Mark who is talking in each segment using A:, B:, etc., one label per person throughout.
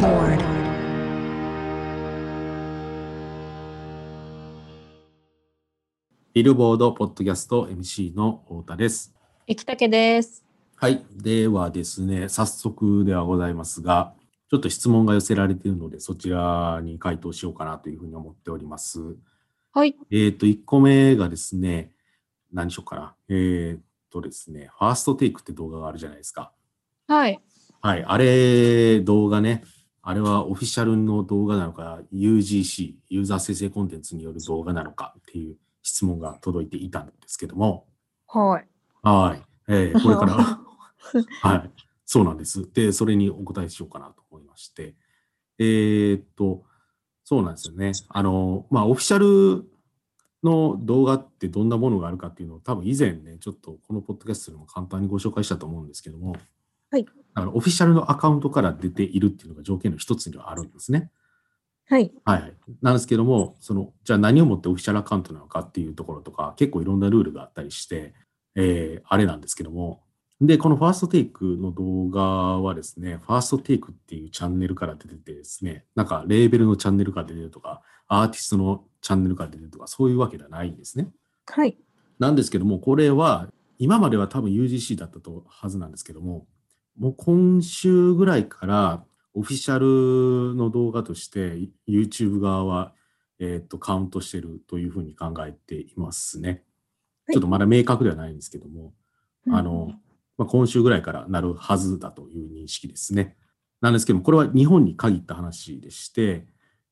A: Lord.
B: b ビルボードポッドキャスト MC の太田です。
C: 生竹です。
B: はい。ではですね、早速ではございますが、ちょっと質問が寄せられているので、そちらに回答しようかなというふうに思っております。
C: はい。
B: えっ、と、1個目がですね、何しようかな。えっ、とですね、ファーストテイクって動画があるじゃないですか。
C: はい。
B: はい。あれ、動画ね。あれはオフィシャルの動画なのか、UGC、ユーザー生成コンテンツによる動画なのかっていう質問が届いていたんですけども、
C: はい。
B: はい。えーこ れから、はい。そうなんです。で、それにお答えしようかなと思いまして。えーっと、そうなんですよね。あの、まあ、オフィシャルの動画ってどんなものがあるかっていうのを多分以前ね、ちょっとこのポッドキャストでも簡単にご紹介したと思うんですけども、
C: はい。
B: だからオフィシャルのアカウントから出ているっていうのが条件の一つにはあるんですね。
C: はい。
B: はいはい。なんですけども、その、じゃあ何をもってオフィシャルアカウントなのかっていうところとか、結構いろんなルールがあったりして、えーあれなんですけども、で、このファーストテイクの動画はですね、ファーストテイクっていうチャンネルから出ててですね、なんかレーベルのチャンネルから出てるとか、アーティストのチャンネルから出てるとか、そういうわけではないんですね。
C: はい。
B: なんですけども、これは、今までは多分 UGC だったとはずなんですけども、もう今週ぐらいから、オフィシャルの動画として、YouTube 側は、えーっと、カウントしてるというふうに考えていますね。
C: はい
B: ちょっとまだ明確ではないんですけども、あの、まあ、今週ぐらいからなるはずだという認識ですね。なんですけども、これは日本に限った話でして、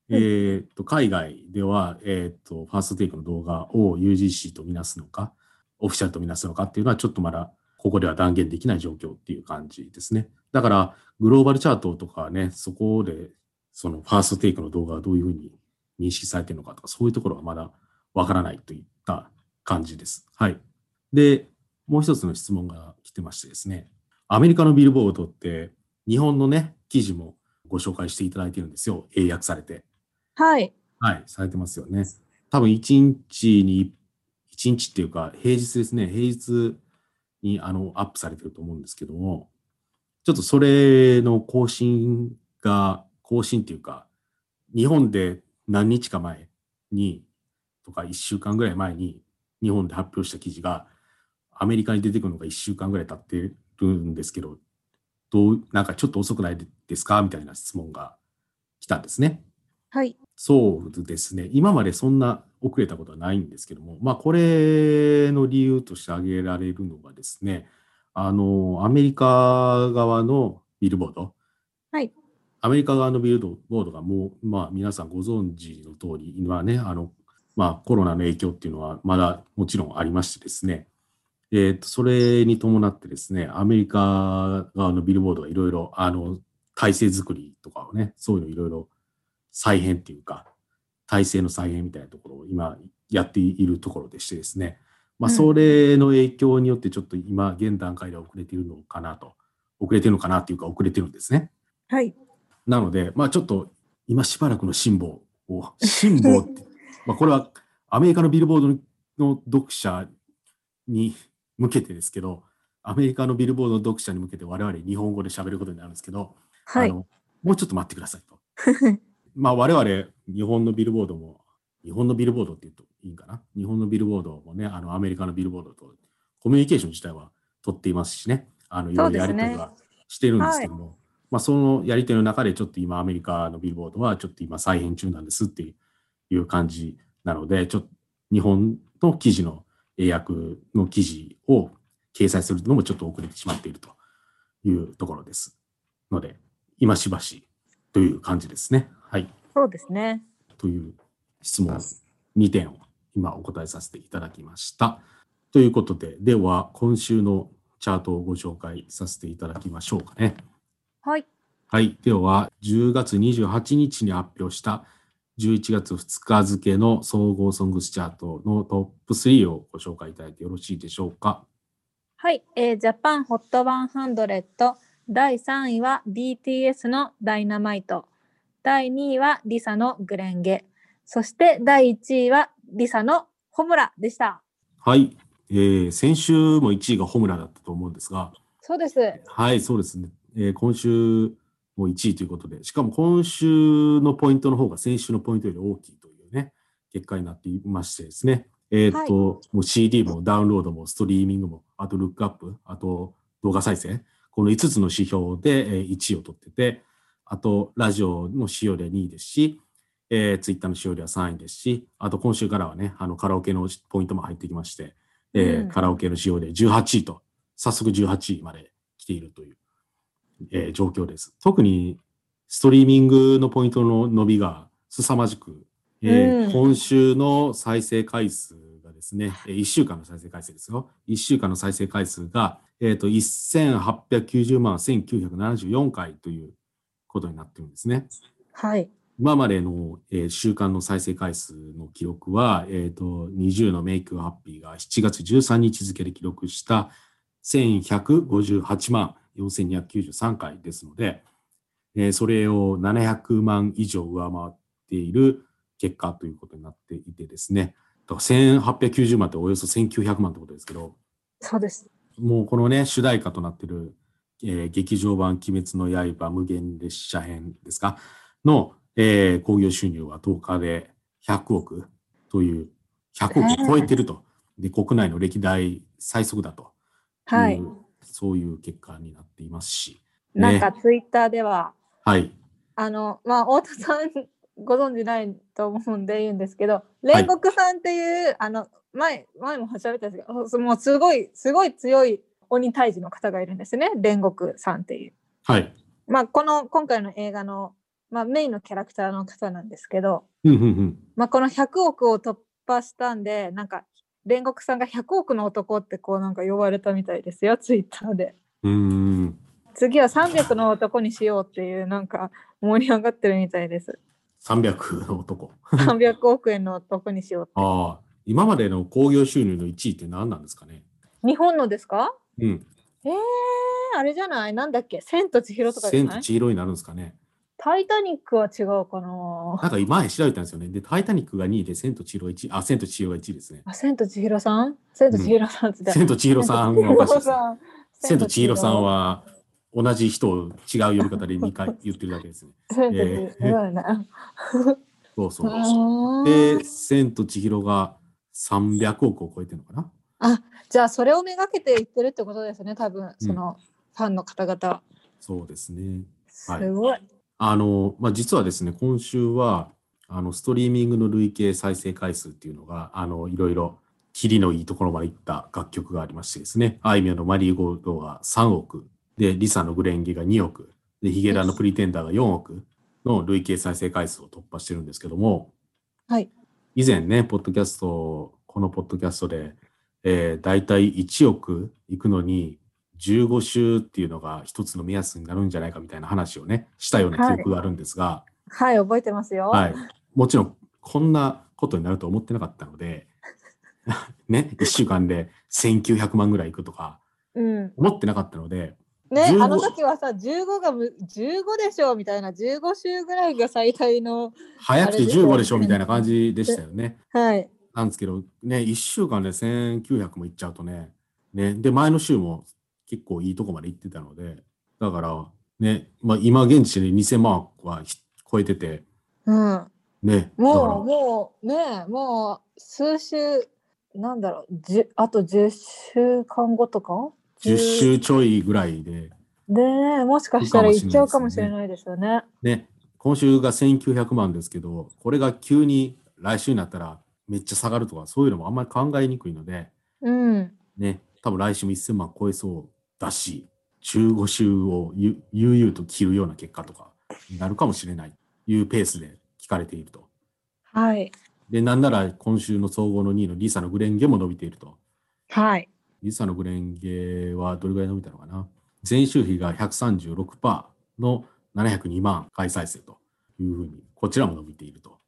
B: え
C: はい
B: ーっと海外では、えーっとファーストテイクの動画を UGC とみなすのか、オフィシャルとみなすのかっていうのは、ちょっとまだここでは断言できない状況っていう感じですね。だから、グローバルチャートとかね、そこで、そのファーストテイクの動画がどういうふうに認識されてるのかとか、そういうところはまだわからないといった感じです。はい。で、もう一つの質問が来てましてですね、アメリカのビルボードって、日本のね、記事もご紹介していただいてるんですよ。英訳されて。
C: はい。
B: はい、されてますよね。多分一日に、一日っていうか、平日ですね、平日にあのアップされてると思うんですけども、ちょっとそれの更新が、更新っていうか、日本で何日か前に、とか1週間ぐらい前に、日本で発表した記事が、アメリカに出てくるのが1週間ぐらい経ってるんですけど、どうなんかちょっと遅くないですかみたいな質問が来たんですね。
C: はい。
B: そうですね、今までそんな遅れたことはないんですけども、まあ、これの理由として挙げられるのがですね、あのアメリカ側のビルボード、
C: はい
B: アメリカ側のビルボードがもう、まあ、皆さんご存知の通り、今ね、あのまあ、コロナの影響っていうのはまだもちろんありましてですね、えーとそれに伴ってですね、アメリカ側のビルボードがいろいろあの体制作りとかをね、そういうのいろいろ再編っていうか、体制の再編みたいなところを今やっているところでしてですね、まあ、
C: うん
B: それの影響によってちょっと今、現段階では遅れているのかなと、遅れてるのかなっていうか、遅れてるんですね。
C: はい。
B: なので、まあ、ちょっと今しばらくの辛抱を、辛抱 って、まあこれはアメリカのビルボードの読者に向けてですけど、アメリカのビルボードの読者に向けて我々日本語で喋ることになるんですけど、
C: は
B: あ
C: い。
B: のもうちょっと待ってくださいと。まあ我々日本のビルボードも日本のビルボードって言うといいんかな日本のビルボードもねあのアメリカのビルボードとコミュニケーション自体は取っていますしねあのいろいろやり取りはしてるんですけども、まあ、そのやり取りの中でちょっと今アメリカのビルボードはちょっと今再編中なんですっていう感じなのでちょっと日本の記事の英訳の記事を掲載するのもちょっと遅れてしまっているというところですので今しばしという感じですね。はい
C: そうですね。
B: という質問2点を今お答えさせていただきました。ということで、では今週のチャートをご紹介させていただきましょうかね。
C: はい。
B: はい。では、10月28日に発表した11月2日付の総合ソングスチャートのトップ3をご紹介いただいてよろしいでしょうか。
C: はい。えー、ジャパンホットワンハンドレッド。第3位は BTS のダイナマイト。第2位はリサのグレンゲ。そして第1位はリサのホムラでした。
B: はい。えー先週も1位がホムラだったと思うんですが、
C: そうです。
B: はい、そうですね。えー今週もう1位ということで、しかも今週のポイントの方が先週のポイントより大きいというね、結果になっていましてですね、えーっと、もう CD もダウンロードもストリーミングも、あとルックアップ、あと動画再生、この5つの指標でえー1位を取ってて、あとラジオの使用量2位ですし、えー、ツイッターの使用量は3位ですし、あと今週からはね、あのカラオケのポイントも入ってきまして、えー
A: うん
B: カラオケの使用量18位と、早速18位まで来ているという、えー状況です。特にストリーミングのポイントの伸びが凄まじく、えー
A: うん
B: 今週の再生回数がですね、1週間の再生回数ですよ。1週間の再生回数が、えー、と1890万1974回ということになってるんですね。
A: はい。
B: 今までの、えー週間の再生回数の記録は、えー、と20のメイクハッピーが7月13日付で記録した1158万4293回ですので、えーそれを700万以上上回っている結果ということになっていてですね、だから1890万っておよそ1900万ってことですけど、
A: そうです。
B: もうこのね、主題歌となってる、えー劇場版鬼滅の刃無限列車編ですか、の、えー興行収入は10日で100億という、100億を超えてると。で、国内の歴代最速だと。
A: はい。
B: うそういう結果になっていますし。
A: なんかツイッターでは、
B: はい。
A: あの、まあ、太田さんご存知ないと思うんで言うんですけど、煉獄さんっていう、あの、前、前も喋ったんですけど、そもうすごい、すごい強い鬼退治の方がいるんですね、煉獄さんっていう。
B: はい。
A: まあ、この、今回の映画の、まあ、メインのキャラクターの方なんですけど、
B: うんうんうん。
A: まあ、この100億を突破したんで、なんか、煉獄さんが100億の男ってこうなんか呼ばれたみたいですよ、ツイッターで。
B: うーん。
A: 次は300の男にしようっていうなんか盛り上がってるみたいです。
B: 300の男。
A: 300億円の男にしようって。
B: ああ、今までの興行収入の1位って何なんですかね。
A: 日本のですか
B: うん。
A: えー、あれじゃないなんだっけ千と千尋とかじゃ
B: 千
A: な
B: と
A: い
B: 千尋になるんですかね。
A: タイタニックは違うかな
B: なんか前調べたんですよね。で、タイタニックが2位で、千と千尋が1位、あ、千と千尋が1位ですね。
A: あ、千と千尋さん千と千尋さんって言った
B: 千と千尋さんがおかしいですね。
A: ん。
B: 千と千尋さん。は同じ人を違う呼び方で2回言ってるだけですね。
A: 千と千尋そうだよね。
B: そうそうう。
A: ーん
B: で、千と千尋が300億を超えてるのかな
A: じゃあそれをめがけて言ってるってことですね、多分そのファンの方々は。
B: そうですね。
A: す
B: はい
A: ごい。
B: あの、まあ、実はですね、今週は、あの、ストリーミングの累計再生回数っていうのが、あの、いろいろ、キリのいいところまでいった楽曲がありましてですね、あいみょんのマリーゴールドが3億、で、リサのグレンゲが2億、で、ヒゲダンのプリテンダーが4億の累計再生回数を突破してるんですけども、
A: はい。
B: 以前ね、ポッドキャスト、このポッドキャストで、えー、大体1億いくのに、15週っていうのが一つの目安になるんじゃないかみたいな話をね、したような記憶があるんですが、
A: はい、覚えてますよ。
B: はい、もちろんこんなことになると思ってなかったので、 ね、1週間で1900万ぐらいいくとか
A: うん。
B: 思ってなかったので、
A: ね、
B: 15
A: あの時はさ、15がむ15でしょみたいな、15週ぐらいが最大の。
B: 早くて
A: あれですよね
B: 15でしょみたいな感じでしたよね。
A: はい。
B: なんですけど、ね、1週間で1900もいっちゃうとね、ね、で、前の週も結構いいとこまで行ってたので、だから、ね、まあ、今現地で2000万はひ超えてて、
A: うん。
B: ね、だから
A: もう、もう、ね、もう、数週、なんだろう、じゅあと10週間後とか
B: 10週ちょいぐらいで、
A: でね、もしかしたら
B: い
A: 行
B: く
A: っちゃう
B: か
A: か
B: も
A: も
B: し
A: し
B: れ
A: れないですよね。
B: ね、今週が1900万ですけど、これが急に来週になったらめっちゃ下がるとか、そういうのもあんまり考えにくいので、
A: うん。
B: ね、多分来週も1000万超えそうだし、15週をゆ悠々と切るような結果とかになるかもしれないというペースで聞かれていると。
A: はい。
B: で、なんなら今週の総合の2位のリサのグレンゲも伸びていると。
A: はい。
B: リサのグレンゲはどれぐらい伸びたのかな前週比が136%の702万回再生というふうに、こちらも伸びていると。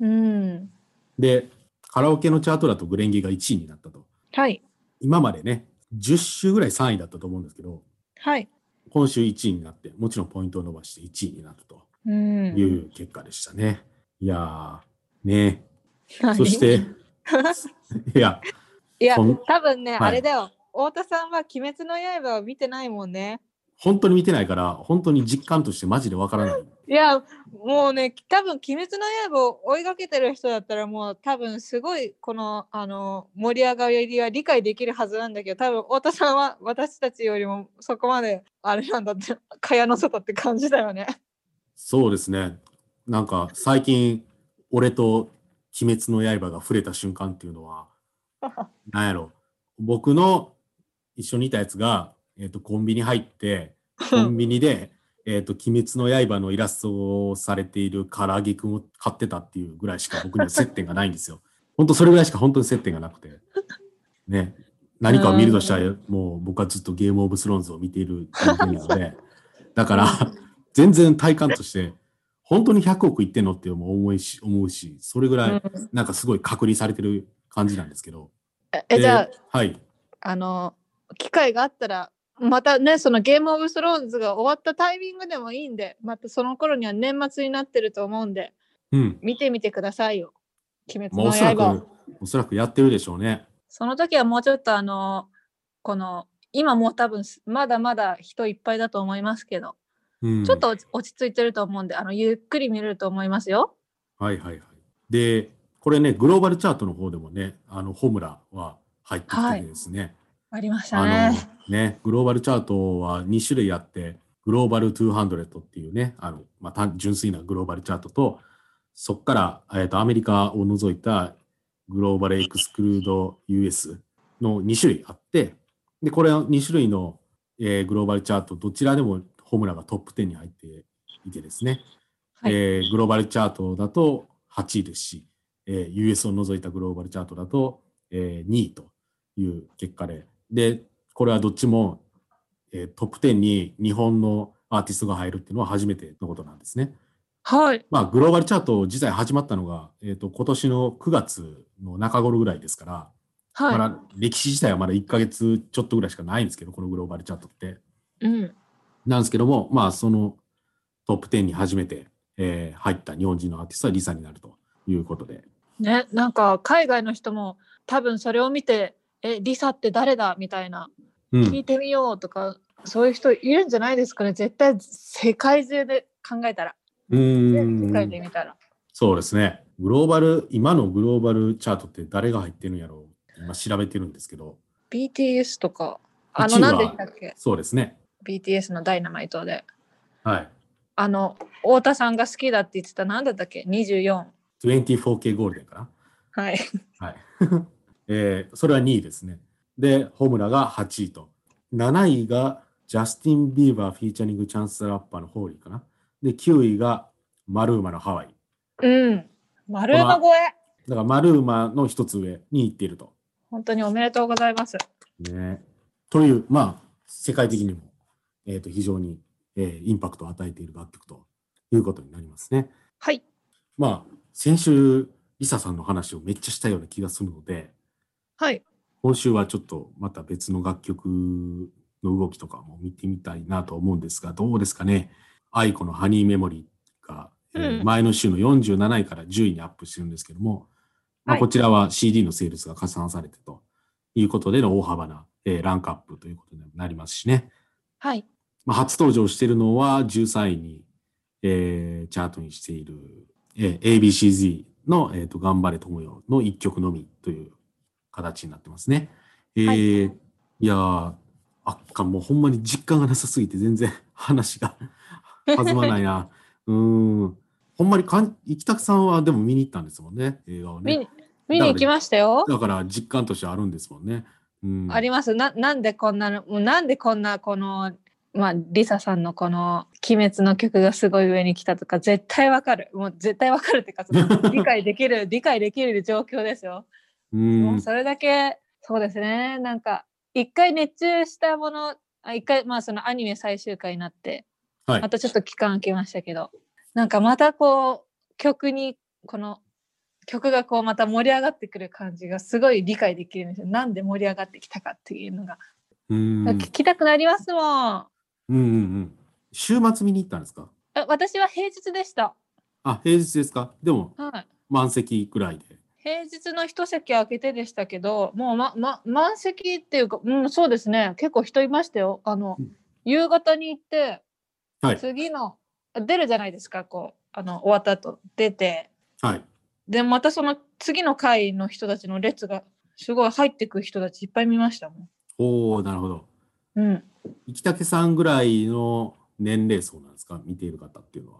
A: うん。
B: で、カラオケのチャートだとグレンゲが1位になったと。
A: はい。
B: 今までね、10週ぐらい3位だったと思うんですけど、
A: はい。
B: 今週1位になって、もちろんポイントを伸ばして1位になったと
A: う
B: い
A: ん。
B: う結果でしたね。いやー、ね、
A: 何
B: そ して、いや、
A: いや、
B: こん
A: 多分ね、
B: はい
A: あれだよ。太田さんは「鬼滅の刃」を見てないもんね。
B: 本当に見てないから、本当に実感としてマジでわからない。
A: いや、もうね、多分、鬼滅の刃を追いかけてる人だったら、もう多分、すごい、この、あの、盛り上がりは理解できるはずなんだけど、多分、太田さんは私たちよりもそこまで、あれなんだって、蚊帳の外って感じだよね。
B: そうですね。なんか最近、俺と鬼滅の刃が触れた瞬間っていうの は、なんやろ、僕の一緒にいたやつが、えっとコンビニ入って、コンビニで、えっと鬼滅の刃のイラストをされている唐揚げくんを買ってたっていうぐらいしか僕には接点がないんですよ。本当それぐらいしか本当に接点がなくて。ね、何かを見るとしたら、もう僕はずっとゲームオブスローンズを見ている人間なので、だから、全然体感として、本当に100億いってんのって思いし思うし、それぐらい、なんかすごい隔離されてる感じなんですけど。
A: え、
B: で
A: じゃあ、
B: はい。
A: あの、機会があったら、またね、そのゲームオブスローンズが終わったタイミングでもいいんで、またその頃には年末になってると思うんで、
B: うん。
A: 見てみてくださいよ。鬼
B: まあ、お
A: 滅の
B: そら
A: 刃を
B: く。、おそらくやってるでしょうね。
C: その時はもうちょっとあのこの今もう多分すまだまだ人いっぱいだと思いますけど、
B: うん、
C: ちょっと落ち落ち着いてると思うんであのゆっくり見れると思いますよ。
B: はいはいはい。で、これね、グローバルチャートの方でもね、あの、ホムラは入ってきててですね。
C: ありました
B: あの
C: ね。
B: ね、グローバルチャートは2種類あって、グローバル200っていうね、あのまあ、単純粋なグローバルチャートと、そこから、えー、とアメリカを除いたグローバルエクスクルード US の2種類あって、でこれ2種類の、えーグローバルチャート、どちらでもホムラがトップ10に入っていてですね、
C: はい
B: えーグローバルチャートだと8位ですし、えー US を除いたグローバルチャートだと、え2位という結果で、で、これはどっちも、えートップ10に日本のアーティストが入るっていうのは初めてのことなんですね。
A: はい。
B: まあ、グローバルチャート自体始まったのが、えー、と今年の9月の中頃ぐらいですから、
A: はい。
B: まだ歴史自体はまだ1ヶ月ちょっとぐらいしかないんですけど、このグローバルチャートって。
A: うん。
B: なんですけども、まあ、そのトップ10に初めて、えー入った日本人のアーティストはリサになるということで、
A: ね、なんか海外の人も多分それを見て、え、リサって誰だみたいな、
B: うん
A: 聞いてみようとか、そういう人いるんじゃないですかね。絶対世界中で考えたら、
B: うーん
A: 世界で見たら。
B: そうですね。グローバル、今のグローバルチャートって誰が入ってるんやろう今調べてるんですけど、
A: BTS とか、あ
B: 一
A: の、
B: 位は
A: 何でしたっけ
B: そうですね。
A: ?BTS のダイナマイトで。
B: はい。
A: あの、太田さんが好きだって言ってた、何だったっけ ?24。
B: 24K ゴールデンかな。
A: はい。
B: はい。えーそれは2位ですね。で、ホムラが8位と。7位がジャスティン・ビーバーフィーチャリングチャンスラッパーのホーリーかな。で、9位がマルーマのハワイ。
A: うん。丸山越え。
B: だからマルーマの一つ上に行っていると。
A: 本当におめでとうございます。
B: ね。という、まあ、世界的にも、えーと非常に、えーインパクトを与えている楽曲ということになりますね。
A: はい。
B: まあ、先週、リサさんの話をめっちゃしたような気がするので、
A: はい。
B: 今週はちょっとまた別の楽曲の動きとかも見てみたいなと思うんですが、どうですかね。愛子のハニーメモリーが、えー
A: うん
B: 前の週の47位から10位にアップしてるんですけども、ま
A: は
B: あ、
A: い
B: こちらは CD のセールスが加算されてということでの大幅な、えーランクアップということになりますしね。
A: はい。
B: まあ、初登場しているのは13位に、えーチャートにしている、えー ABCZ の、えーと頑張れ友よの1曲のみという形になってますね。えー、
A: はい
B: やーあっかもうほんまに実感がなさすぎて全然 話が弾まない な。うーんほんまにかん行きたくさんはでも見に行ったんですもんね映画を
A: 見
B: ね
A: に。見に行きましたよ。
B: だから実感としてあるんですもんね。うん、
A: ありますななんでこんなのもうなんでこんなこのまあリサさんのこの「鬼滅」の曲がすごい上に来たとか絶対わかるもう絶対わかるっていうかその理解できる理解できる状況ですよ。
B: うん
A: もうそれだけそうですねなんか一回熱中したものあ一回まあそのアニメ最終回になって、
B: はい
A: またちょっと期間空きましたけどなんかまたこう曲にこの曲がこうまた盛り上がってくる感じがすごい理解できるんですよなんで盛り上がってきたかっていうのが、
B: うん
A: 聞きたくなりますもん
B: うんうんうん。週末見に行ったんですか
A: え私は平日でした、
B: あ、平日ですかでも
A: はい、
B: 満席くらいで。
A: 平日の一席空けてでしたけどもう、まま、満席っていうか、うん、そうですね結構人いましたよあの
B: うん
A: 夕方に行って、
B: はい
A: 次のあ出るじゃないですかこうあの終わった後出て
B: はい。
A: でまたその次の回の人たちの列がすごい入ってく人たちいっぱい見ましたも
B: おおなるほど。
A: ん。うん、
B: 生竹さんぐらいの年齢層なんですか見ている方っていうのは。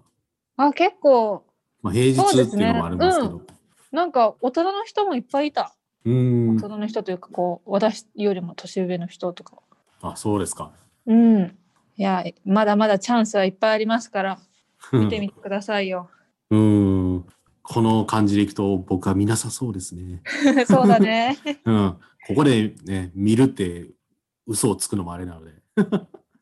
A: あ結構
B: まあ、平日っていうのもあるんですけど。
A: なんか大人の人もいっぱいいた
B: うー
A: 大
B: ん
A: 人の人というかこう私よりも年上の人とか
B: あ、そうです か。
A: うんいやまだまだチャンスはいっぱいありますから見てみてくださいよ
B: うーん。この感じでいくと僕は見なさそうです ね。
A: そうだね
B: うん。ここでね、見るって嘘をつくのもあれなので。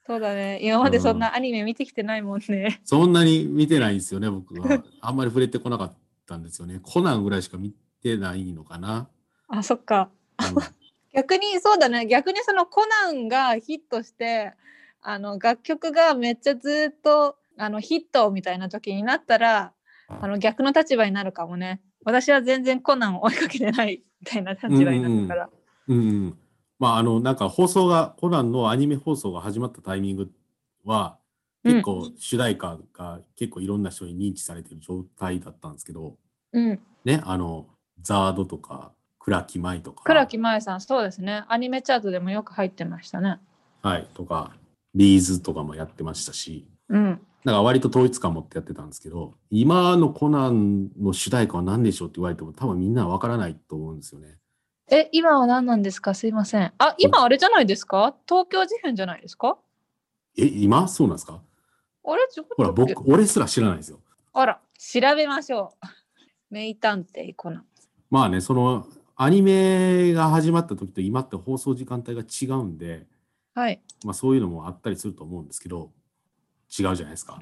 A: そうだね今までそんなアニメ見てきてないもんね
B: そんなに見てないんですよね、僕 は。あんまり触れてこなかったんですよね。コナンぐらいしか見てないのか な。
A: あそっか
B: うん
A: 逆にそうだね逆にそのコナンがヒットしてあの楽曲がめっちゃずっとあのヒットみたいな時になったらあの逆の立場になるかもね私は全然コナンを追いかけてないみたいな立場になるから、
B: うんうん。まあ、あの、なんか放送が、コナンのアニメ放送が始まったタイミングは、
A: うん
B: 結構主題歌が結構いろんな人に認知されてる状態だったんですけど、
A: うん、
B: ね、あの、ザードとか、倉木舞とか、
A: 倉木麻衣さんそうですねアニメチャートでもよく入ってましたね
B: はい、とか、ビーズとかもやってましたし、
A: うん
B: なんか割と統一感持ってやってたんですけど、今のコナンの主題歌は何でしょうって言われても多分みんなわからないと思うんですよね。
A: え今は何なんですかすいませんあ今あれじゃないですか東京事変じゃないですか
B: え、今そうなんですか
A: あれ違ったっけ
B: ほら、僕、俺すら知らないですよ。
A: あら調べましょう 名探偵コナン
B: まあね、そのアニメが始まった時と今って放送時間帯が違うんで、
A: はい
B: まあそういうのもあったりすると思うんですけど、違うじゃないですか。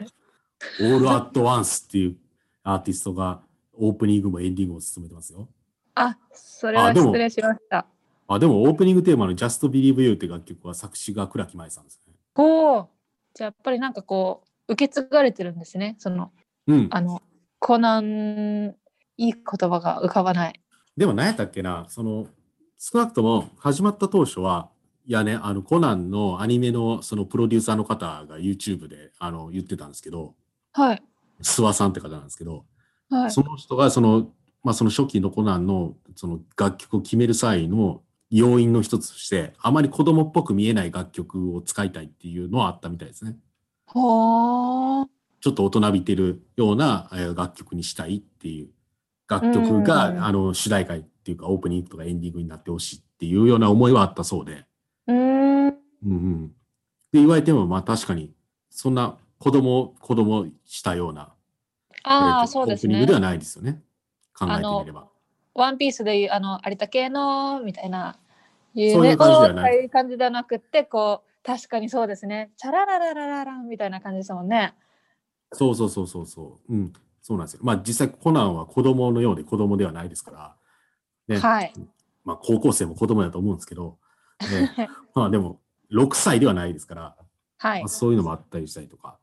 B: オールアットワンスっていうアーティストがオープニングもエンディングも進めてますよ。
A: あ、それは
B: あでも
A: 失礼しました。
B: あでもオープニングテーマの Just Believe You っていう楽曲は作詞が倉木麻衣さんですね。
A: おお、じゃあやっぱりなんかこう受け継がれてるんですね。その
B: うん。
A: あのコナンいい言葉が浮かばない。
B: でも何やったっけな、その少なくとも始まった当初は、いやね、あのコナンのアニメのそのプロデューサーの方が YouTube であの言ってたんですけど、
A: はい
B: 諏訪さんって方なんですけど、
A: はい。
B: その人がその、まあ、その初期のコナンのその楽曲を決める際の要因の一つとして、あまり子供っぽく見えない楽曲を使いたいっていうのはあったみたいですね。
A: ほー
B: ちょっと大人びてるようなえー楽曲にしたいっていう楽曲が、
A: うん
B: あの主題歌っていうかオープニングとかエンディングになってほしいっていうような思いはあったそうで。
A: うーん。
B: うんうん、で言われてもまあ確かにそんな子供子供したような
A: あ
B: え
A: あ、
B: ーと
A: そうです
B: オープニングでは
A: ね。
B: ないですよね。考えてみれば。
A: ワンピースでいうあの有田系のみたいな。い
B: そういう感じでは
A: おー
B: ない
A: そういう感じではなくって、こう確かにそうですね。チャラララララランみたいな感じですもんね。
B: そうそうそうそうそう。うん、そうなんですよ。まあ実際コナンは子供のようで子供ではないですから、ね
A: はい。
B: まあ高校生も子供だと思うんですけど、ねまあでも6歳ではないですから、
A: はい
B: まあ、。そういうのもあったりしたりとか、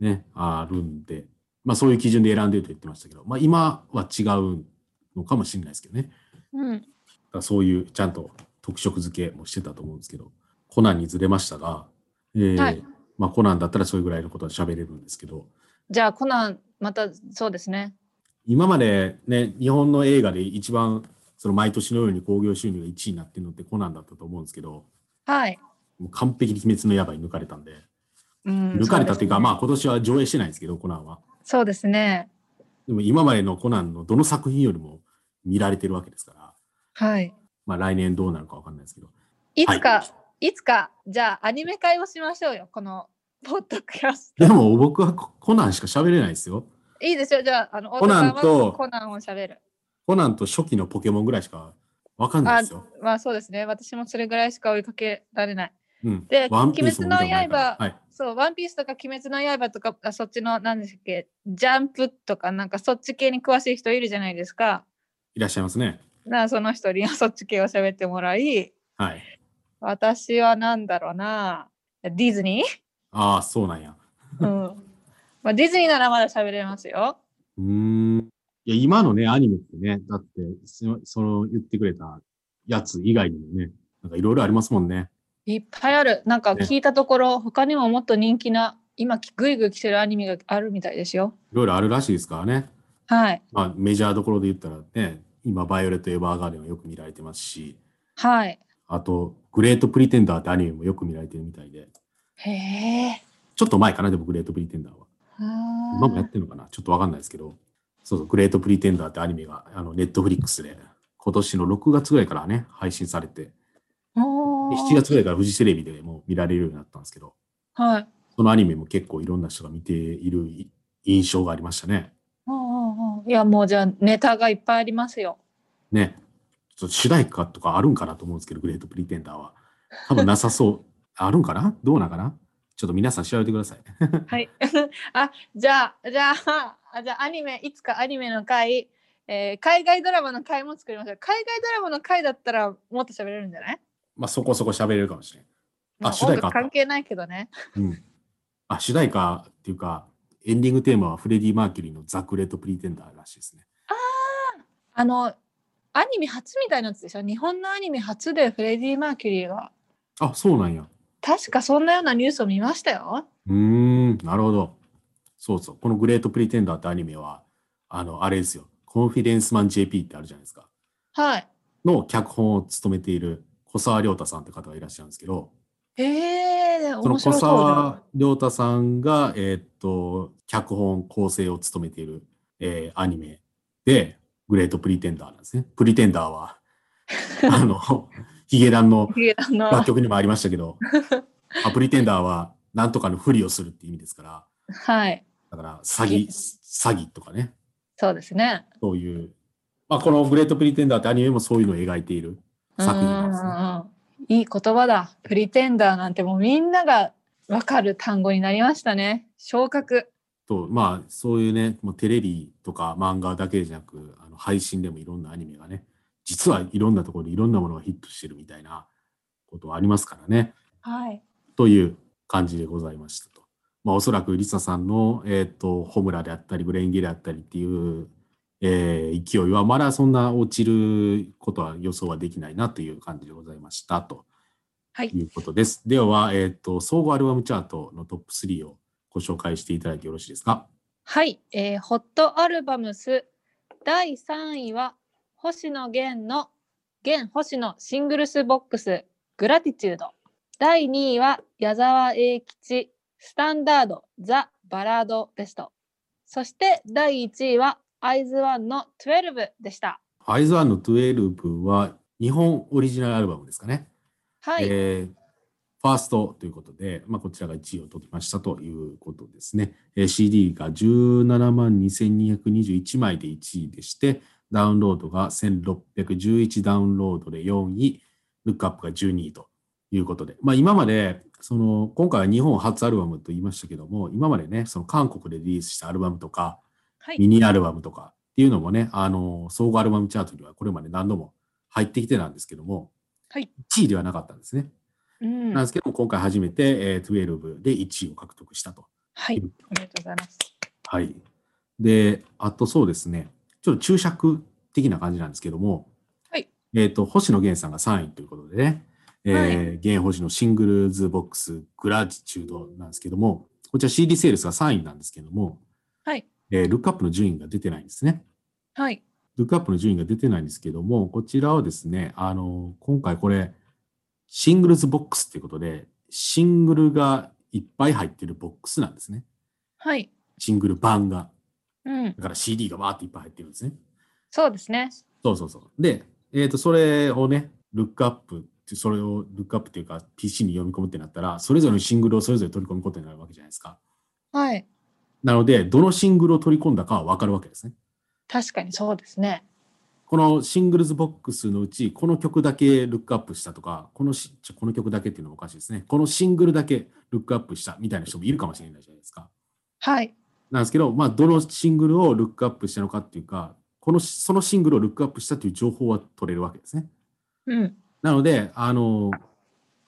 B: ね、あるんで、まあそういう基準で選んでると言ってましたけど、まあ今は違うのかもしれないですけどね。だ
A: うん。
B: からそういうちゃんと特色付けもしてたと思うんですけど、コナンにずれましたが、えー
A: はい
B: まあコナンだったらそれぐらいのことは喋れるんですけど、
A: じゃあコナンまたそうですね。
B: 今までね、日本の映画で一番、その毎年のように興行収入が1位になってるのってコナンだったと思うんですけど、
A: はい。
B: もう完璧に鬼滅の刃に抜かれたんで、
A: うん
B: 抜かれたっていうか、
A: そうですね
B: まあ今年は上映してないんですけど、コナンは。
A: そうですね。
B: でも今までのコナンのどの作品よりも見られてるわけですから、
A: はい。
B: まあ来年どうなるかわかんないですけど。
A: いつか、、
B: はい
A: つか、じゃあアニメ会をしましょうよ、このポッドキャス
B: で
A: ト。
B: も僕はココナンしか喋れないですよ。
A: いいでしょう、じゃあ、あの、
B: コナンと
A: 太田さんはコナンをしゃべる。
B: コナンと初期のポケモンぐらいしかわかんない
A: あ
B: ですよ。
A: まあそうですね、私もそれぐらいしか追いかけられない。
B: うん。
A: で
B: ワンピースも見たことない
A: 鬼滅の
B: か
A: 刃
B: らはい。
A: そう、ワンピースとか鬼滅の刃とか、あそっちの、なんでしたっけ、ジャンプとか、なんかそっち系に詳しい人いるじゃないですか。
B: いらっしゃいますね。
A: なあその人にはそっち系を喋ってもらい、
B: はい。
A: 私はなんだろうな、ディズニ
B: ああ、 そうなんや。
A: ー、うんまあ、ディズニーならまだ喋れますよ。
B: うーん。いや、今のね、アニメってね、だって、そのその言ってくれたやつ以外にもね、なんかいろいろありますもんね。
A: いっぱいある。なんか
B: ね
A: 聞いたところ、他にももっと人気な、今グイグイ来てるアニメがあるみたいですよ。
B: いろいろあるらしいですからね。
A: はい。
B: まあ、メジャーどころで言ったらね、今、バイオレット・エヴァーガーデンはよく見られてますし、
A: はい。
B: あと、グレート・プリテンダーってアニメもよく見られてるみたいで、
A: へえ。
B: ちょっと前かな、でもグレート・プリテンダーは。
A: あ
B: 今もやってるのかなちょっとわかんないですけど、そうそう、グレート・プリテンダーってアニメが、あの、ネットフリックスで、今年の6月ぐらいからね、配信されて、
A: ーお
B: で
A: ー
B: 7月ぐらいからフジテレビでもう見られるようになったんですけど、
A: はい。
B: そのアニメも結構いろんな人が見ているい印象がありましたね。
A: おーおーおーいや、もうじゃあネタがいっぱいありま すよ。
B: ね。ちょっと主題歌とかあるんかなと思うんですけど、グレートプリテンダーは。多分なさそう。 あるんかなどうなんかなちょっと皆さん調べてください。
A: はい。 あ、じゃあ、じゃあ、あじゃあアニメ、いつかアニメの回、えー海外ドラマの回も作りましょう。海外ドラマの回だったらもっと喋れるんじゃない
B: まあそこそこ喋れるかもしれん。
A: まあ
B: 主題歌あっ
A: 音楽
B: た
A: 関係ないけどね。
B: うん。あ、主題歌っていうか、エンディングテーマはフレディ・マーキュリーのザ・グレート・プリテンダーらしいですね。
A: あの、アニメ初みたいなやつでしょ日本のアニメ初でフレディ・マーキュリーが。
B: あ、そうなんや。
A: 確かそんなようなニュースを見ましたよ。
B: うーん、なるほど。そうそう。このグレート・プリテンダーってアニメは、あの、あれですよ。コンフィデンスマン JP ってあるじゃないですか。
A: はい。
B: の脚本を務めている小沢亮太さんって方がいらっしゃるんですけど、
A: へえ、
B: その
A: 面
B: 小
A: 白そう
B: 沢
A: だ。
B: 亮太さんが、えーっと、脚本構成を務めている、えーアニメで、グレートプリテンダーなんですね。プリテンダー は、あの、ヒゲダンの
A: いや あの
B: 楽曲にもありましたけ ど、あプリテンダーは、なんとかのふりをするって意味ですから、
A: はい。
B: だから、詐欺、詐欺とかね、
A: そうですね。
B: そういう、まあ、このグレートプリテンダーってアニメもそういうのを描いている
A: うんう
B: 作品なんですね。
A: んうんいい言葉だ。プリテンダーなんてもうみんながわかる単語になりましたね。昇格。
B: とまあそういうねもうテレビとか漫画だけじゃなくあの配信でもいろんなアニメがね実はいろんなところでいろんなものがヒットしてるみたいなことはありますからね
A: はい。
B: という感じでございましたと。まあ、おそらくリサさんの、えー、とホムラであったりブレインゲであったりっていう、えー勢いはまだそんな落ちることは予想はできないなという感じでございましたと。
A: はい
B: いうことです。では、えー、と総合アルバムチャートのトップ3をご紹介していただいてよろしいですか。
A: はい、えーホットアルバムス第3位は星野源の源星野シングルスボックスグラティチュード第2位は矢沢永吉スタンダードザ・バラードベストそして第1位はアイズワンの12でした
B: アイズワンの12は日本オリジナルアルバムですかね。
A: はい、
B: えーファーストということで、まあ、こちらが1位を取りましたということですね。えー CD が17万2221枚で1位でして、ダウンロードが1611ダウンロードで4位、ルックアップが12位ということで、まあ、今までその今回は日本初アルバムと言いましたけども、今までね、その韓国でリリースしたアルバムとか、
A: はい
B: ミニアルバムとかっていうのもね、あの、総合アルバムチャートにはこれまで何度も入ってきてなんですけども、
A: はい
B: 1位ではなかったんですね。
A: うん
B: なん
A: は
B: ですけども、今回初めて、えー12で1位を獲得したと。
A: い、ありがとうございます
B: はい。で、あとそうですね、ちょっと注釈的な感じなんですけども、
A: はい
B: えっ、と、星野源さんが3位ということでね、えー
A: はい
B: 源星のシングルズボックス、グラチチュードなんですけども、こちら CD セールスが3位なんですけども、
A: はい
B: えールックアップの順位が出てないんですね。
A: はい
B: ルックアップの順位が出てないんですけども、こちらはですね、あの、今回これ、シングルズボックスということで、シングルがいっぱい入ってるボックスなんですね。
A: はい
B: シングル版が。
A: う
B: だ
A: ん
B: から CD がわーっていっぱい入ってるんですね。
A: そうですね
B: そうそうそう。で、えっ、と、それをね、ルックアップって、それをルックアップというか、PC に読み込むってなったら、それぞれのシングルをそれぞれ取り込むことになるわけじゃないですか。
A: はい
B: なので、どのシングルを取り込んだかはわかるわけですね。
A: 確かにそうですね
B: このシングルズボックスのうち、この曲だけルックアップしたとか、このしちょこの曲だけっていうのもおかしいですね。このシングルだけルックアップしたみたいな人もいるかもしれないじゃないですか。
A: はい
B: なんですけど、まあ、どのシングルをルックアップしたのかっていうか、このそのシングルをルックアップしたという情報は取れるわけですね。
A: うん
B: なので、あの、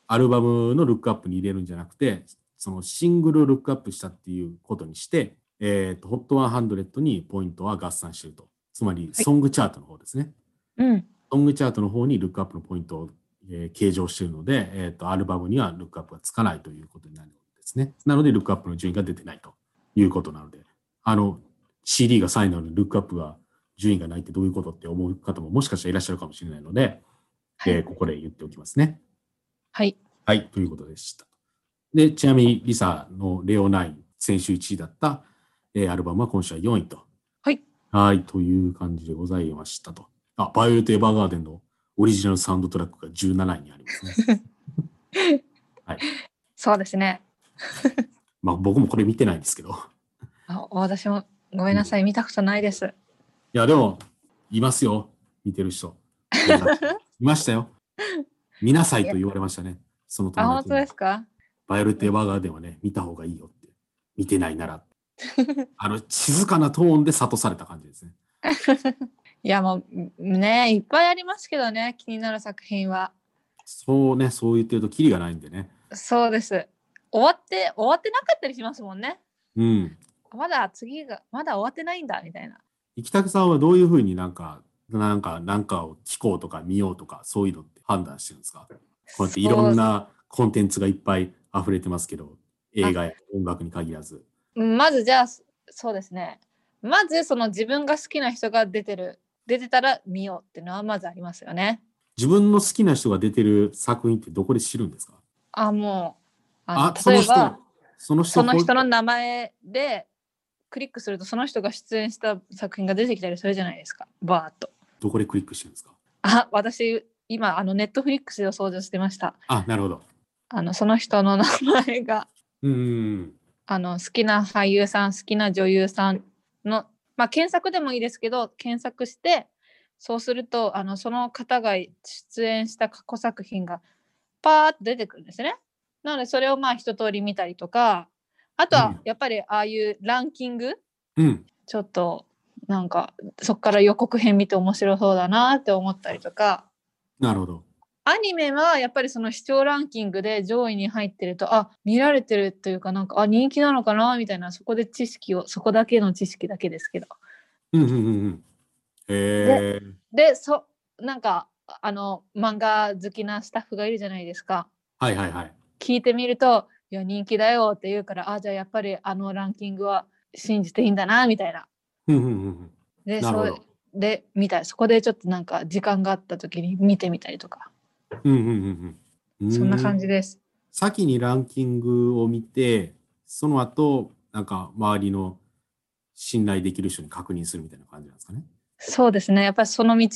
B: アルバムのルックアップに入れるんじゃなくて、そのシングルをルックアップしたっていうことにして、えっ、と、HOT100 にポイントは合算してると。つまり、
A: はい
B: ソングチャートの方ですね。
A: うん
B: ソングチャートの方にルックアップのポイントをえー計上しているので、えーと、アルバムにはルックアップがつかないということになるんですね。なので、ルックアップの順位が出てないということなので、あの、CD が3位なのにルックアップが順位がないってどういうことって思う方ももしかしたらいらっしゃるかもしれないので、
A: はい
B: えーここで言っておきますね。
A: はい。
B: はい、ということでした。で、ちなみに、リサのレオナイン、先週1位だった、えーアルバムは今週は4位と。
A: はい。
B: はい、という感じでございましたと。あ、バイオレット・エヴァーガーデンのオリジナルサウンドトラックが17位にありますね。
A: そうですね。
B: まあ僕もこれ見てないんですけど。い
A: あ私もごめんなさい、見たことないです。
B: や、でも、いますよ。見てる 人。いましたよ。見なさいと言われましたね。その
A: あ、
B: 友
A: 本
B: 達
A: 当
B: に
A: ですか
B: バイオレット・エヴァーガーデンはね、見た方がいいよって。見てないなら。あの、静かなトーンで諭された感じですね。
A: いや、もうね、いっぱいありますけどね、気になる作品は。
B: そうね、そう言ってるとキリがないんでね。
A: そうです。終わって、終わってなかったりしますもんね。
B: うん。
A: まだ次が、まだ終わってないんだ、みたいな。
B: 生田さんはどういうふうになんか、なんか、なんかを聞こうとか見ようとか、そういうのって判断してるんですかこうやっていろんなコンテンツがいっぱい溢れてますけど、映画や音楽に限らず。
A: うんまずじゃあそそうですねまずその自分が好きな人が出てる出てたら見ようっていうのはまずありますよね
B: 自分の好きな人が出てる作品ってどこで知るんですか
A: あもうあ
B: あ、
A: の
B: その
A: 例え
B: 人
A: ば、
B: その人、
A: その人の名前でクリックするとその人が出演した作品が出てきたりするじゃないですかバーっと
B: どこでクリックしてるんですか
A: あ私今あのネットフリックスを掃除してました
B: あ、なるほど。
A: あのその人の名前が
B: うんうん
A: あの好きな俳優さん好きな女優さんの、まあ、検索でもいいですけど検索してそうするとあのその方が出演した過去作品がパーッと出てくるんですね。なのでそれをまあ一通り見たりとかあと
B: うん
A: はやっぱりああいうランキング、
B: うん。うん。
A: ちょっとなんかそっから予告編見て面白そうだなって思ったりとか
B: なるほど。
A: アニメはやっぱりその視聴ランキングで上位に入ってるとあ見られてるというかなんかあ人気なのかなみたいなそこで知識をそこだけの知識だけですけど
B: うんうんうんうん。へえ。
A: でそなんかあの漫画好きなスタッフがいるじゃないですか
B: はいはいはい。
A: 聞いてみるといや人気だよって言うからあじゃあやっぱりあのランキングは信じていいんだなみたいな
B: うんうんうんうん。
A: で
B: なるほ
A: そう
B: ど。
A: で見たいそこでちょっとなんか時間があった時に見てみたりとか
B: うんうんうんうん。
A: そんな感
B: じ。
A: じです
B: 先にランキングを見て、その後、なんか周りの信頼できる人に確認するみたいな感じなんですかね。
A: そうですねやっぱりその道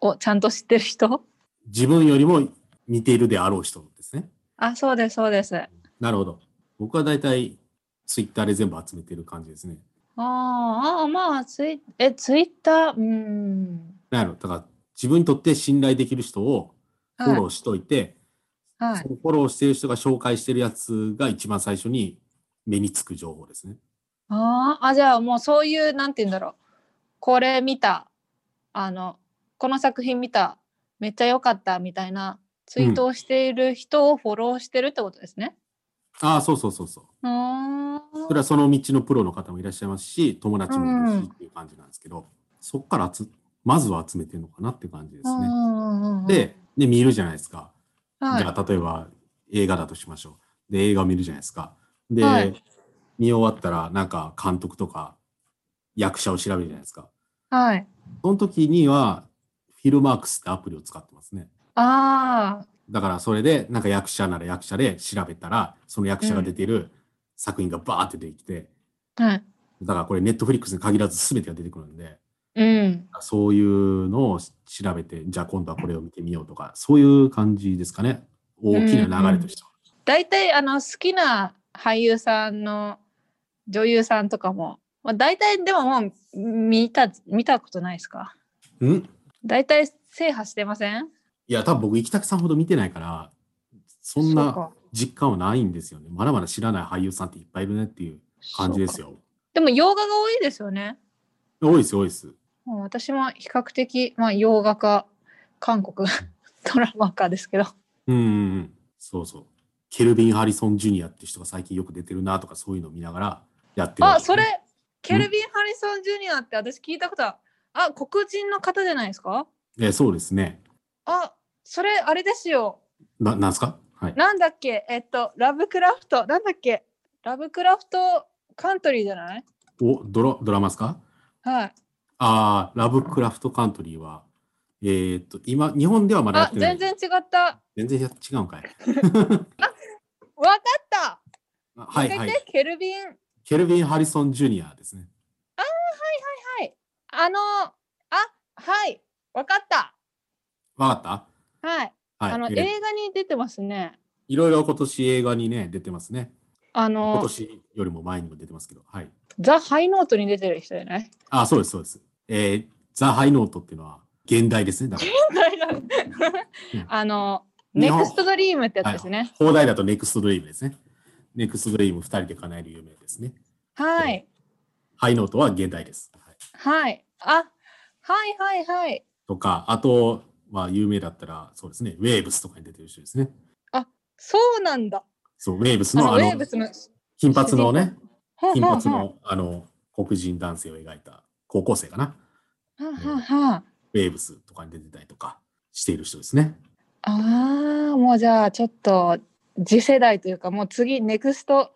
A: をちゃんと知ってる人
B: 自分よりも似ているであろう人ですね。
A: あ、そうです、そうです。あ
B: なるほど。僕は大体ツイッターで全部集めてる感じですね。
A: あ、まあ、ツイえ、ツイッター、うーん。
B: なるほど。だから自分にとって信頼できる人をフォロ
A: は
B: ーしといて、
A: い。は
B: そ
A: い、
B: のフォローしてる人が紹介してるやつが一番最初に目につく情報ですね。
A: あーあ、じゃあもうそういう、なんて言うんだろう。これ見た、あの、この作品見た、めっちゃ良かったみたいなツイートをしている人をフォローしてるってことですね。
B: ああ、そうそうそうそう。
A: うーん。
B: それはその道のプロの方もいらっしゃいますし、友達もいるしっていう感じなんですけど、そこから集まずは集めてるのかなっていう感じですね。
A: ね。
B: で、で見るじゃないですか。
A: はい
B: じゃあ例えば映画だとしましょう。で映画を見るじゃないですか。で、
A: はい
B: 見終わったらなんか監督とか役者を調べるじゃないですか。
A: はい。
B: その時にはフィルマークスってアプリを使ってますね。
A: ああ、
B: だからそれでなんか役者なら役者で調べたらその役者が出てる作品がバーって出てきて、
A: はい。
B: だからこれネットフリックスに限らず全てが出てくるんで
A: うん。
B: そういうのを調べてじゃあ今度はこれを見てみようとかそういう感じですかね大きな流れとしては。
A: 大体あの好きな俳優さんの女優さんとかも、まあ、大体でももう見た見たことないですか
B: うん
A: 大体制覇してません
B: いや多分僕行きたくさんほど見てないからそん
A: そう
B: な
A: か
B: 実感はないんですよねまだまだ知らない俳優さんっていっぱいいるねっていう感じです
A: そうか
B: よ。
A: でも洋画が多いですよね
B: 多いです多いです。
A: もう私も比較的、まあ、洋画か韓国 ドラマかですけど
B: うんうんうんそうそう。ケルビン・ハリソン・ジュニアって人が最近よく出てるなとかそういうのを見ながらやってるわ
A: あ
B: けです
A: そ
B: ね、
A: れケルビン・ハリソン・ジュニアって私聞いたことあるあ黒人の方じゃないですか
B: えそうですね。
A: あそれあれですよ。
B: ななんすかはい。
A: なんだっけえっと、ラブクラフト。なんだっけラブクラフトカントリーじゃない
B: おドラドラマですか
A: はい。
B: ああ、ラブクラフトカントリーは、えーっと、今、日本ではまだや
A: あ
B: っ、てない。
A: 全然違った。
B: 全然や違うんかい。
A: わかった
B: あはい
A: も
B: は
A: う一回言っ
B: い
A: て。ケルビン。
B: ケルビン・ハリソン・ジュニアですね。
A: あの、あ、はい。わかった。
B: わか
A: はい。
B: ったはい。
A: あの、
B: えー
A: 映画に出てますね。
B: いろいろ今年映画にね、出てますね。
A: あ
B: 今
A: の、
B: 年よりも前にも出てますけど。はい。
A: ザ・ハイノートに出てる人じゃない
B: あ、そうです、そうです。えーザ・ハイノートっていうのは現代ですね。だから
A: あの、
B: 日
A: ネ
B: 本
A: クストドリームってやつですね。
B: 放題だとネクストドリームですね。ネクストドリーム2人で叶える夢ですね。
A: はいい。
B: ハイノートは現代です。はい、
A: はい。あ、はいはいはい。
B: とか、あとは有名だったら、そうですね、ウェーブスとかに出てる人ですね。
A: そうなんだ。
B: そう、ウェーブス
A: あ
B: の
A: の、
B: あ
A: ウェー
B: の
A: ブスの。
B: 金髪のね、
A: ほう
B: 金
A: ほう
B: 髪
A: ほう。
B: のあの黒人男性を描いた高校生かな、
A: はあはあはあ。
B: ウェーブスとかに出てたりとかしている人ですね。
A: ああ、もうじゃあちょっと次世代というか、もう次、ネクスト、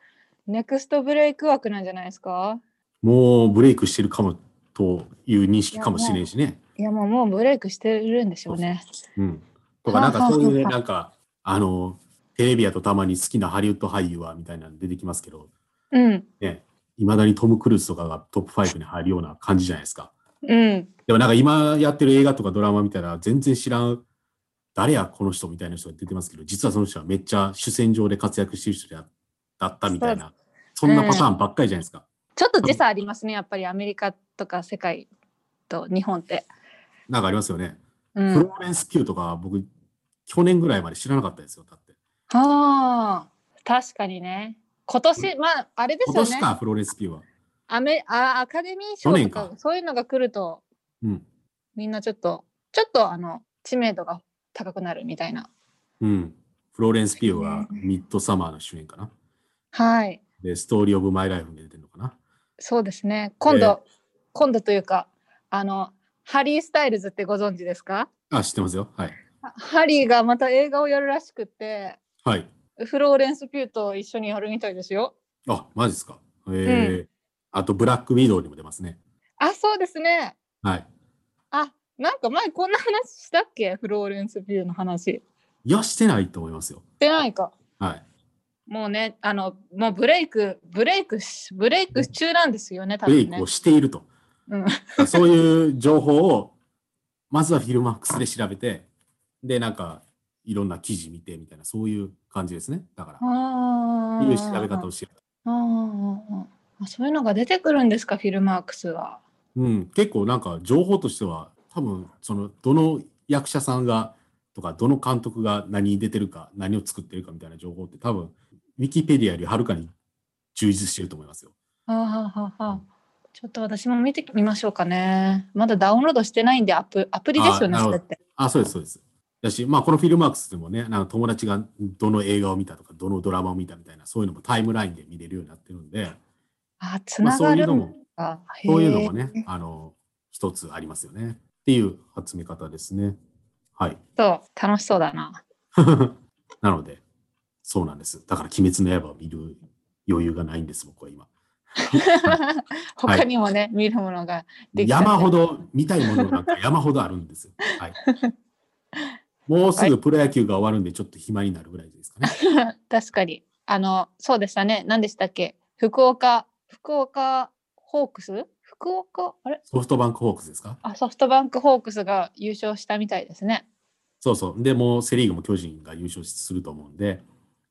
A: ネクストブレイク枠なんじゃないですか
B: もうブレイクしてるかもという認識かもしれんしね。
A: いやもうもうブレイクしてるんでしょうね。
B: うん、とか、なんかそういうね、
A: はあはあはあ
B: なんか、あの、テレビやとたまに好きなハリウッド俳優はみたいなの出てきますけど、
A: うん
B: いまだにトム・クルーズとかがトップ5に入るような感じじゃないですか。
A: うん
B: でもなんか今やってる映画とかドラマ見たら全然知らん誰やこの人みたいな人が出てますけど実はその人はめっちゃ主戦場で活躍してる人だだったみたいなそんなパターンばっかりじゃないですか。
A: ちょっと時差ありますねやっぱりアメリカとか世界と日本って。
B: なんかありますよね。
A: う
B: フ
A: ん、
B: ローレンス・ピューとか僕去年ぐらいまで知らなかったですよだって。
A: あー確かにね今年まああれです
B: 今
A: よ
B: 年
A: ね
B: かフローレンス・ピューは。
A: アメあアカデミー賞
B: 去年
A: と
B: か
A: かそういうのが来ると
B: うん。
A: みんなちょっとちょっとあの知名度が高くなるみたいな。
B: うん。フローレンス・ピューはミッドサマーの主演かな。
A: はい
B: で、ストーリー・オブ・マイ・ライフに出てるのかな。
A: そうですね今度、今度というかあのハリー・スタイルズってご存知ですか
B: あ、知ってますよ。はい。
A: ハリーがまた映画をやるらしくって。
B: はい。
A: フローレンス・ピューと一緒にやるみたいですよ。
B: あ、マジですか。えーあと、ブラック・ウィドウにも出ますね。
A: あ、そうですね。
B: はい。
A: あ、なんか前こんな話したっけフローレンス・ピューの話。し
B: いや、してないと思いますよ。
A: てないか。
B: はい。
A: もうね、あの、もうブレイク、ブレイクし、ブレイク中なんですよね、多
B: ブレイ
A: 分ね
B: クを。していると。
A: うん、
B: そういう情報を、まずはフィルマックスで調べて、で、なんか、いろんな記事見てみたいな、そういう感じですね。だから、
A: あ
B: そういう調べ方を
A: あ
B: してる。
A: ああそういうのが出てくるんですか、フィルマークスは。
B: うん、結構なんか、情報としては、多分、その、どの役者さんが、とか、どの監督が何に出てるか、何を作ってるかみたいな情報って、多分、ウィキペディアよりはるかに充実してると思いますよ。
A: あーはあはあちょっと私も見てみましょうかね。まだダウンロードしてないんで、アップアプリですよね、
B: あーなるほ
A: そ
B: ど
A: れって。
B: あ、そうです、そうです。だし、まあ、このフィルマークスでもね、なんか友達がどの映画を見たとか、どのドラマを見たみたいな、そういうのもタイムラインで見れるようになってるんで、
A: あ、つ
B: まあ、
A: な
B: そ
A: が
B: ういう
A: る
B: の
A: ん
B: も、
A: だ。
B: そういうの
A: へー
B: もね、あの、一つありますよね。っていう集め方ですね。はい。
A: そう、楽しそうだ な。
B: なので、そうなんです。だから、鬼滅の刃を見る余裕がないんです、僕は今。
A: 他にもね、見るものが できちゃって
B: 山ほど見たいものなん か山ほどあるんですよ。はい。もうすぐプロ野球が終わるんで、ちょっと暇になるぐらいですかね。
A: 確かに。あの、そうでしたね。何でしたっけ福岡、福岡ホークス福岡、あれ
B: ソフトバンクホークスですか
A: あ、ソフトバンクホークスが優勝したみたいですね。
B: そうそう。で、もうセ・リーグも巨人が優勝すると思うんで、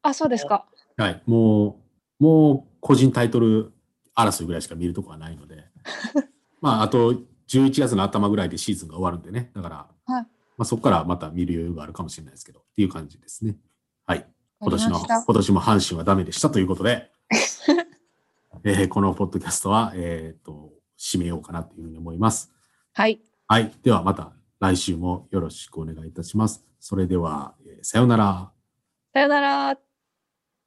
A: あ、そうですか。
B: はい、もう、もう個人タイトル争いぐらいしか見るとこはないの で、まあ、あと11月の頭ぐらいでシーズンが終わるんでね、だから、
A: はい
B: まあ、そこからまた見る余裕があるかもしれないですけど、っていう感じですね。はい。今
A: わか
B: 年
A: りま
B: の、
A: した
B: 今年も阪神はダメでしたということ で、えーこのポッドキャストは、えっと、締めようかなというふうに思います。
A: はい。
B: はい。ではまた来週もよろしくお願いいたします。それでは、えーさようなら。
A: さよなら。